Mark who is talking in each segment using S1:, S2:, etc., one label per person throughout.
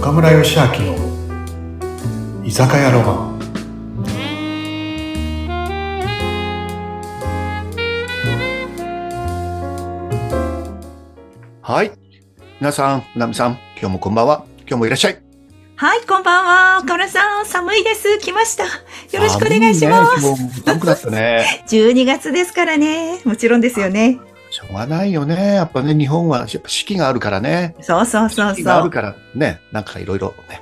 S1: 岡村義明の居酒屋ロマン
S2: はい。皆さん、船見さん、今日もこんばんは。今日もいらっしゃい。
S3: はい、こんばんは。岡村さん、寒いです。来ました。よろしくお願いします。
S2: 寒いね、寒くなった ね。
S3: 12月ですからね。もちろんですよね。
S2: しょうがないよね。やっぱね、日本はやっぱ四季があるからね。
S3: そうそうそう
S2: 四季があ
S3: そ
S2: る
S3: う。
S2: からね、なんかいろいろね。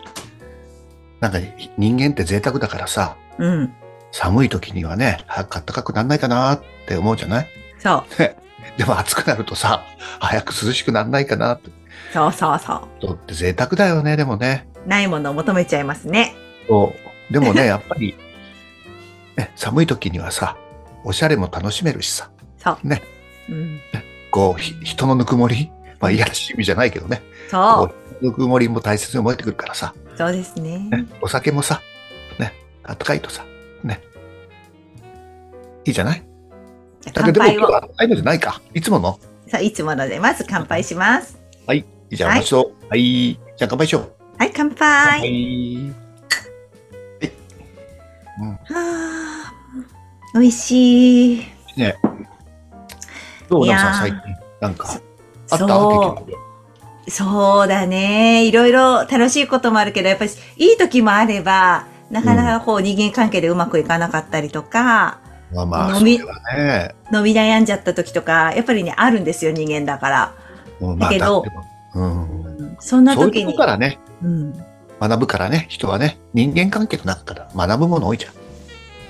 S2: なんか人間って贅沢だからさ、
S3: うん。
S2: 寒い時にはね、早く暖かくなんないかなって思うじゃない
S3: そう。
S2: でも暑くなるとさ、早く涼しくなんないかなって。
S3: そうそうそ
S2: とって贅沢だよね、でもね。
S3: う。ないものを求めちゃいますね。
S2: そう。でもね、 やっぱり、ね、寒い時にはさ、おしゃれも楽しめるしさ。
S3: そう。
S2: ね。
S3: うん。
S2: こう、ひ人のぬくもり、まあ、いやらしい意味じゃないけどね、
S3: そ
S2: こう、ぬくもりも大切に思えてくるからさ、
S3: う。そうですね。
S2: ね、お酒もさ、ね、あったかいとさ、ね、いいじゃない
S3: じゃあ
S2: だけど、
S3: 乾
S2: でも
S3: 杯
S2: 今日
S3: を。
S2: はあったかいのじゃないか。いつもの
S3: さあ、いつもので、まず乾杯します。
S2: じゃあ、もう一度、はい、じゃあ乾杯しよう。
S3: はい、乾杯。
S2: い。
S3: はあ。美味しい。
S2: ね。どう、
S3: い
S2: ナ
S3: や
S2: ム
S3: ー
S2: さん、最近、なんか、あった
S3: そう。そうだね。いろいろ楽しいこともあるけど、やっぱりいい時もあれば、なかなかこう人間関係でうまくいかなかったりとか、
S2: 結局まあまあ、そ
S3: 飲み
S2: れはね、
S3: 伸び悩んじゃった時とか、やっぱりね、あるんですよ、人間だから。
S2: うんまあ、
S3: だけど
S2: ってもうん。
S3: そんな
S2: そういう
S3: 時
S2: と
S3: に
S2: こ。からね、
S3: うん、
S2: 学ぶからね、人はね、人間関係の中から学ぶもの多いじゃん。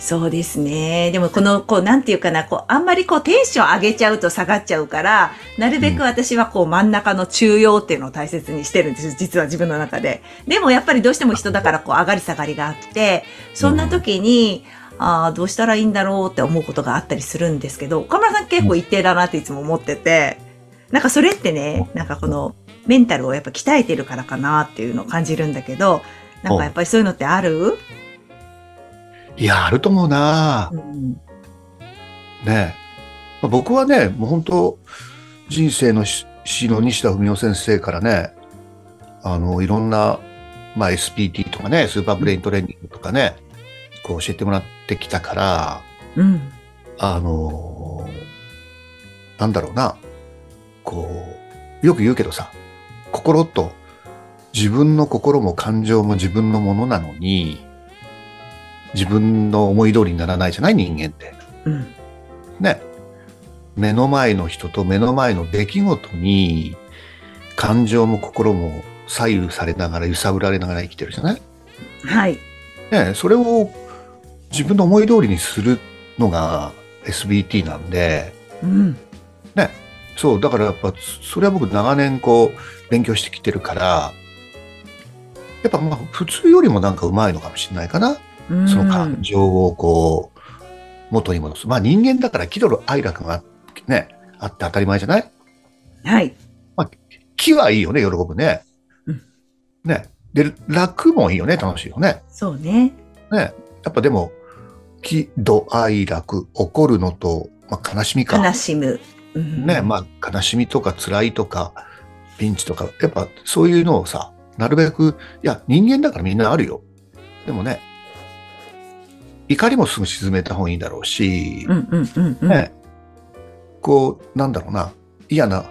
S3: そうですね。でもこの、こう、なんていうかな、こう、あんまりこう、テンション上げちゃうと下がっちゃうから、なるべ
S2: うん
S3: く私はこう、真ん中の中央っていうのを大切にしてるんです実は自分の中で。でもやっぱりどうしても人だからこう、上がり下がりがあって、そんな時に、ああ、どうしたらいいんだろうって思うことがあったりするんですけど、岡村さん結構一定だなっていつも思ってて、なんかそれってね、なんかこの、メンタルをやっぱ鍛えてるからかなっていうのを感じるんだけど、なんかやっぱりそういうのってある、
S2: いや、あると思うな
S3: うん、
S2: ねえまあ僕はね、もう本当、人生のし詩の西田文夫先生からね、あの、いろんな、まあ、SPT とかね、スーパーブレイントレーニングとかね、こう教えてもらってきたから、
S3: うん。
S2: あのーなんだろうな、こう、よく言うけどさ、心と、自分の心も感情も自分のものなのに、自分の思い通りにならないじゃない人間って。
S3: うん。
S2: ね。目の前の人と目の前の出来事に、感情も心も左右されながら、揺さぶられながら生きてるじゃない
S3: はい。
S2: ね、それを自分の思い通りにするのが SBT なんで、
S3: うん。
S2: そう、だからやっぱ、それは僕長年こう、勉強してきてるから、やっぱまあ、普通よりもなんかうまいのかもしれないかな。その感情をこう、元に戻す。まあ人間だから喜怒の哀楽がね、あって当たり前じゃない
S3: はい。
S2: 喜はいいよね、喜ぶね
S3: うん。
S2: ね。で、楽もいいよね、楽しいよね。
S3: そう
S2: ね。
S3: ね。
S2: やっぱでも、喜怒哀楽、怒るのと、まあ悲しみか。
S3: 悲しむ。うん
S2: ね、まあ、悲しみとか辛いとか、ピンチとか、やっぱそういうのをさ、なるべく、いや、人間だからみんなあるよ。でもね、怒りもすぐ沈めた方がいいだろうし、
S3: うんうんうんうん。
S2: ね、こう、なんだろうな、嫌な、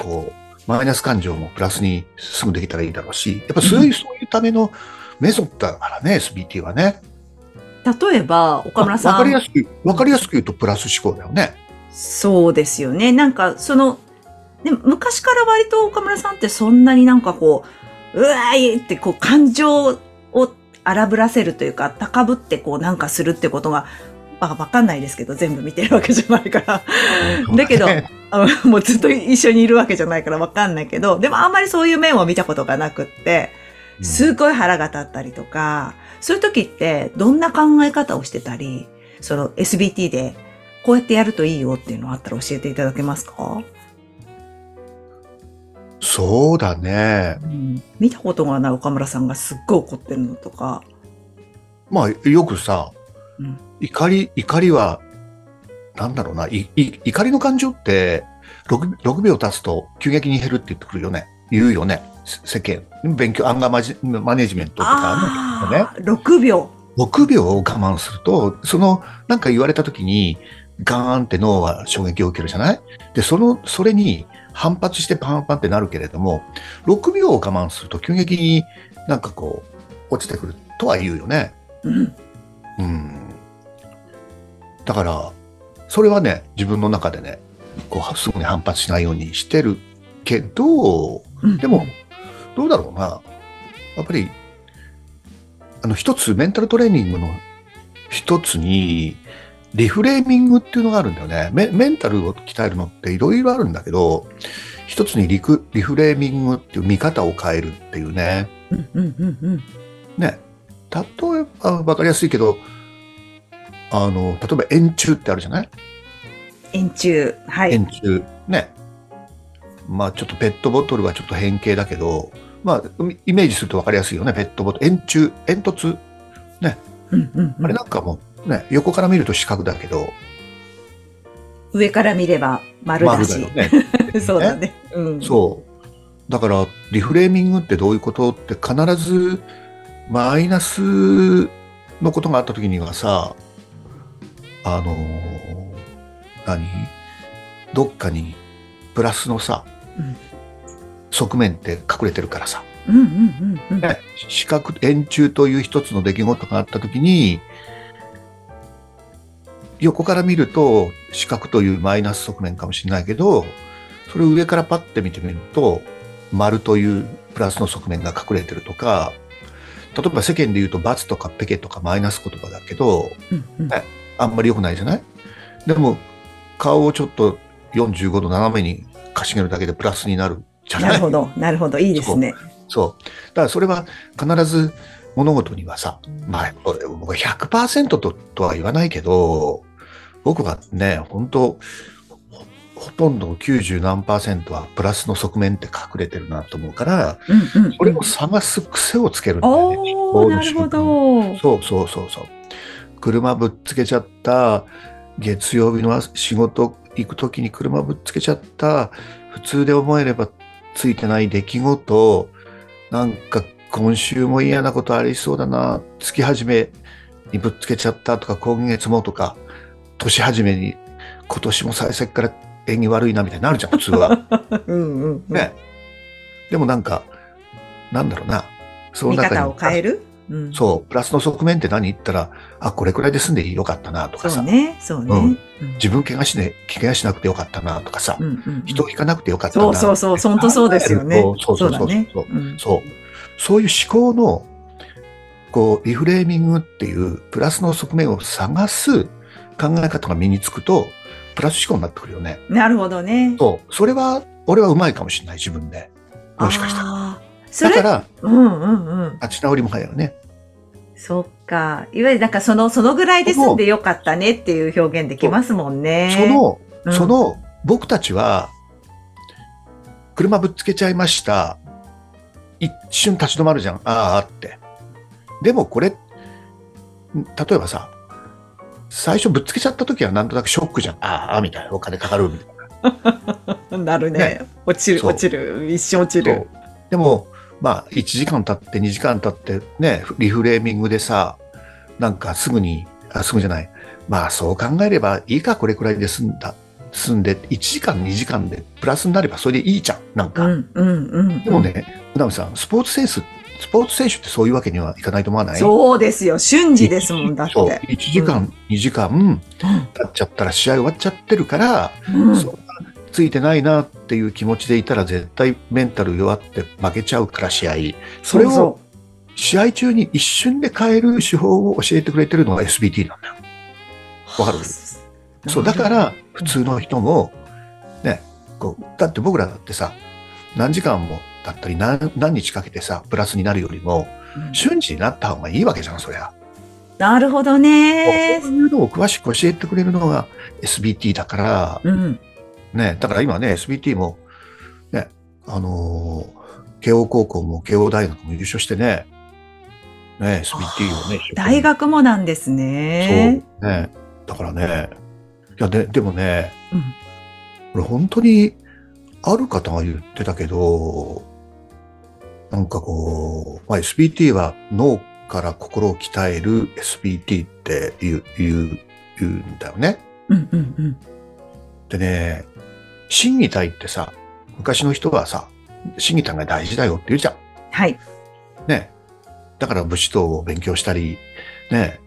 S2: こう、マイナス感情もプラスにすぐできたらいいだろうし、やっぱそういう、
S3: うん
S2: そういうためのメソッドだからね、SBT はね。
S3: 例えば、岡村さん。
S2: わかりやすく、わかりやすく言うとプラス思考だよね。
S3: そうですよね。なんか、その、ね、昔から割と岡村さんってそんなになんかこう、うわーいってこう感情を荒ぶらせるというか、高ぶってこうなんかするってことが、わわかんないですけど、全部見てるわけじゃないから。だけど、あのもうずっと一緒にいるわけじゃないからわかんないけど、でもあんまりそういう面を見たことがなくって、すごい腹が立ったりとか、そういう時ってどんな考え方をしてたり、その SBT でこうやってやるといいよっていうのあったら教えていただけますか、
S2: そうだね。
S3: うん、見たことがない岡村さんがすっごい怒ってるのとか。
S2: まあ、よくさ、
S3: うん
S2: 怒り、怒りは、なんだろうな、いい怒りの感情って6、6秒経つと急激に減るって言ってくるよね。言うよね。世間、勉強、アンガーマジマネジメントとかの、ね、
S3: あー、6秒。
S2: 6秒を我慢すると、その、なんか言われた時に、ガーンって脳は衝撃を受けるじゃないで、その、それに反発してパンパンってなるけれども、6秒を我慢すると急激になんかこう、落ちてくるとは言うよね。
S3: うん。
S2: うん。だから、それはね、自分の中でね、こう、すぐに反発しないようにしてるけど、
S3: うん
S2: でも、どうだろうな。やっぱり、あの、一つ、メンタルトレーニングの一つに、リフレーミングっていうのがあるんだよね。メメンタルを鍛えるのっていろいろあるんだけど、一つにリクリフレーミングっていう見方を変えるっていうね。
S3: うんうんうんうん。
S2: ね。例えば、わかりやすいけど、あの、例えば円柱ってあるじゃない
S3: 円柱。はい。
S2: 円柱ねまあちょっとペットボトルはちょっと変形だけどまあイメージすると分かりやすいよねペットボトル円柱煙突
S3: うんうんうん
S2: あれなんかもうね横から見ると四角だけど
S3: 上から見れば丸だ
S2: 丸
S3: し
S2: だ。よね
S3: そうだね。うん。
S2: そうだからリフレーミングってどういうことって必ずマイナスのことがあった時にはさあのー何どっかにプラスのさ、
S3: うん
S2: 側面って隠れてるからさ
S3: うんうんうんうん。
S2: ね、四角円柱という一つの出来事があった時に横から見ると四角というマイナス側面かもしれないけどそれを上からパッて見てみると丸というプラスの側面が隠れてるとか例えば世間で言うと×とかペケとかマイナス言葉だけど
S3: うんうん
S2: ねあんまり良くないじゃないでも顔をちょっと45度斜めにかしげるだけでプラスになるじゃない
S3: なるほど。なるほど。いいですね。
S2: そう。だからそれは必ず物事にはさ、まあ、これ僕は100%ととは言わないけど、僕はね、本当ほほとんど90何パーセントはプラスの側面って隠れてるなと思うから、
S3: うんうん。
S2: それを探す癖をつけるんだよね。
S3: おー、なるほど。
S2: そうそうそうそう。車ぶっつけちゃった、月曜日の朝仕事行く時に車ぶっつけちゃった、普通で思えればついてない出来事、なんか今週も嫌なことありそうだな、月始めにぶっつけちゃったとか、今月もとか、年始めに今年も最先から縁起悪いなみたいになるじゃん、普通は。
S3: うんうんうん。
S2: ね。でもなんか、なんだろうな。そ
S3: 見
S2: 中に
S3: 方を変える。うん
S2: そう、プラスの側面って何言ったら、あ、これくらいで済んでよかったなとか
S3: そ
S2: さ、
S3: うね。そうね。
S2: うん
S3: うん
S2: 自分怪我しね、怪我しなくてよかったなとかさ、
S3: うんうんうん
S2: 人を引かなくてよかったな
S3: そうそうそう。本当そうですよね
S2: 考える。とそうそうそう
S3: だね
S2: そう。
S3: うん
S2: そう。そういう思考の、こう、リフレーミングっていう、プラスの側面を探す考え方が身につくと、プラス思考になってくるよね。
S3: なるほどね。
S2: そう。それは、俺はうまいかもしれない、自分で。もしかしたら。
S3: あーそ
S2: だか
S3: れ、
S2: ら、
S3: うんうんうん。
S2: 立ち直りも早いよね。
S3: そっか。いわゆるなんかその、そのぐらいで済んでよかったねっていう表現できますもんね。
S2: その、
S3: うん
S2: そ、の僕たちは車ぶっつけちゃいました一瞬立ち止まるじゃんあーあーってでもこれん例えばさ最初ぶっつけちゃった時はなんとなくショックじゃんあーあーみたいなお金かかるみたい
S3: なるね
S2: ね
S3: 落ちる、
S2: そう
S3: 落ちる。一瞬落ち
S2: な
S3: る。
S2: でもまあ1時間経って2時間経ってねリフレーミングでさなんかすぐにあすぐじゃないまあそう考えればいいかこれくらいで済んだ済んで1時間2時間でプラスになればそれでいいじゃんなん
S3: う
S2: か。
S3: んうんうん。
S2: でもね、船見さん、スポーツ選手、スポーツ選手ってそういうわけにはいかないと思わない
S3: そうですよ。瞬時ですもんだって。
S2: そう。1時間、2時間経っちゃったら試合終わっちゃってるから、
S3: うん
S2: そんなついてないなっていう気持ちでいたら絶対メンタル弱って負けちゃうから試合。それを
S3: う
S2: 試合中に一瞬で変える手法を教えてくれてるのが SBT なんだよ。
S3: そう
S2: わかる そう、だか、
S3: は
S2: ら普通の人も、ね、こう、だって僕らだってさ、何時間もだったり何何日かけてさ、プラスになるよりも、
S3: あうん
S2: 瞬時になった方がいいわけじゃん、そりゃ。
S3: なるほど
S2: そう
S3: ね。
S2: いうのを詳しく教えてくれるのが SBT だから、
S3: うん。
S2: ね、だから今ね、SBT も、ね、あのー慶応高校も慶応大学も優勝してね、ね、SBT をね、
S3: 大学もなんですね。
S2: そう、ね、だからね、いや、で、でもね、
S3: うん
S2: これ本当に、ある方が言ってたけど、なんかこう、まあ、SBT は脳から心を鍛える SBT って言う、言う、言うんだよね。
S3: うんうんうん。
S2: でね、心技体ってさ、昔の人はさ、心技体が大事だよって言うじゃん。
S3: はい。
S2: ね。だから武士道を勉強したり、ね。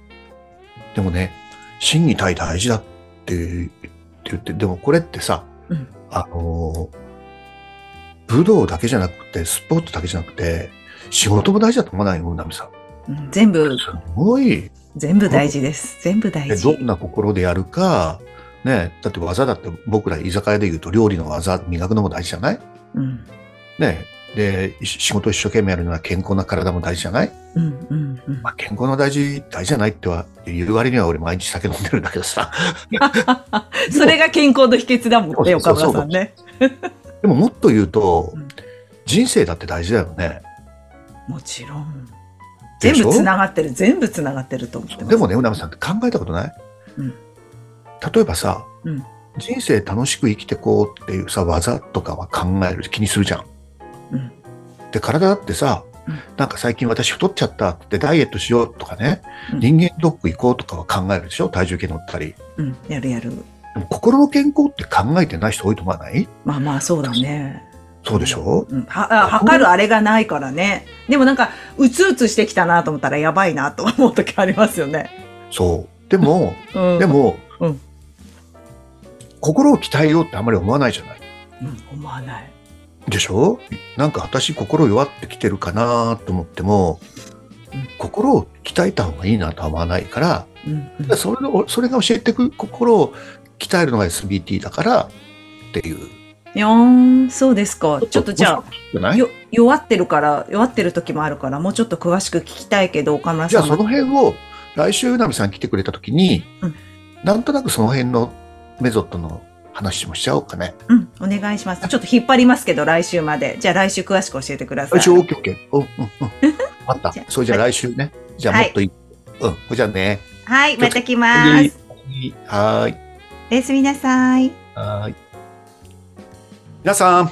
S2: でもね、心技体大事だってって言って、でもこれってさ、
S3: うん
S2: あの、武道だけじゃなくて、スポーツだけじゃなくて、仕事も大事だと思わないの、ナミさん。
S3: うん全部、
S2: すごい、
S3: 全部大事です。全部大
S2: ね
S3: 事
S2: ど。んな心でやるか、ね、だって技だって僕ら居酒屋で言うと料理の技磨くのも大事じゃない
S3: うん。
S2: ね。で、し仕事を一生懸命やるのは健康な体も大事じゃない
S3: うんうんう ん
S2: ま。あ、健康の大事、大事じゃないっては言う割には俺毎日酒飲んでるんだけどさ。
S3: それが健康の秘訣だもんね、
S2: そうそ
S3: 岡
S2: うそう
S3: 村さんね。
S2: でももっと言うと、
S3: うん
S2: 人生だって大事だよね。
S3: もちろん。
S2: で
S3: 全
S2: しょ
S3: 部つながってる、全部つながってると思ってます。
S2: でもね、うなみさんって考えたことない、
S3: うん
S2: 例えばさ、
S3: うん
S2: 人生楽しく生きてこうっていうさ、技とかは考える、気にするじゃん。
S3: うん
S2: で、体だってさ、
S3: うん
S2: なんか最近私太っちゃったってダイエットしようとかね、
S3: うん
S2: 人間ドック行こうとかは考えるでしょ体重計乗ったり。
S3: うん、やるやる。
S2: でも心の健康って考えてない人多いと思わない
S3: まあまあ、そうだね。
S2: そうでしょ、
S3: うん、はあ測るあれがないからね。でもなんか、うつうつしてきたなと思ったらやばいなと思う時ありますよね。
S2: そう。でも、
S3: うん。
S2: で、も、
S3: うん
S2: 心を鍛えようってあんまり思わないじゃない
S3: うん、思わない。
S2: でしょなんか私心弱ってきてるかなと思っても、
S3: うん
S2: 心を鍛えた方がいいなとは思わないから、
S3: うん、うん
S2: それをそれが教えてく心を鍛えるのが SBT だからっていう。
S3: いやーん、そうですか。ちょっとじゃあ、
S2: じゃない
S3: よ弱ってるから、弱ってる時もあるから、もうちょっと詳しく聞きたいけど、岡村
S2: じゃ
S3: さ
S2: あ
S3: ん
S2: その
S3: は。
S2: 辺を、来週、うなみさん来てくれた時に、
S3: うん
S2: なんとなくその辺のメソッドの話もしちゃおうかね。
S3: うん、お願いします。ちょっと引っ張りますけど、来週まで。じゃあ来週詳しく教えてください。
S2: 来週、OK、OK。うん、うん、 うん。あった
S3: じゃ。あ
S2: それじゃあ来週ね。じゃあもっといい。うん、じゃあね。
S3: はい、また来ま
S2: は
S3: す。
S2: い。はーい。
S3: おやすみなさい。
S2: はーい。皆さん、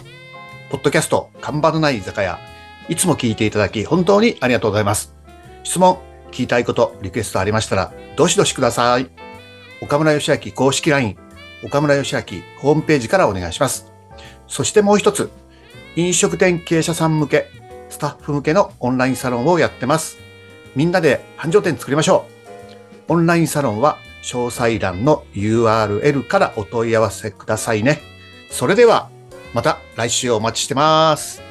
S2: ポッドキャスト、看板のない居酒屋、いつも聞いていただき、本当にありがとうございます。質問、聞きたいこと、リクエストありましたら、どしどしください。岡村義明公式 LINE、岡村義明ホームページからお願いします。そしてもう一つ、飲食店経営者さん向け、スタッフ向けのオンラインサロンをやってます。みんなで繁盛店作りましょう。オンラインサロンは詳細欄の URL からお問い合わせくださいね。それでは、また来週お待ちしてます。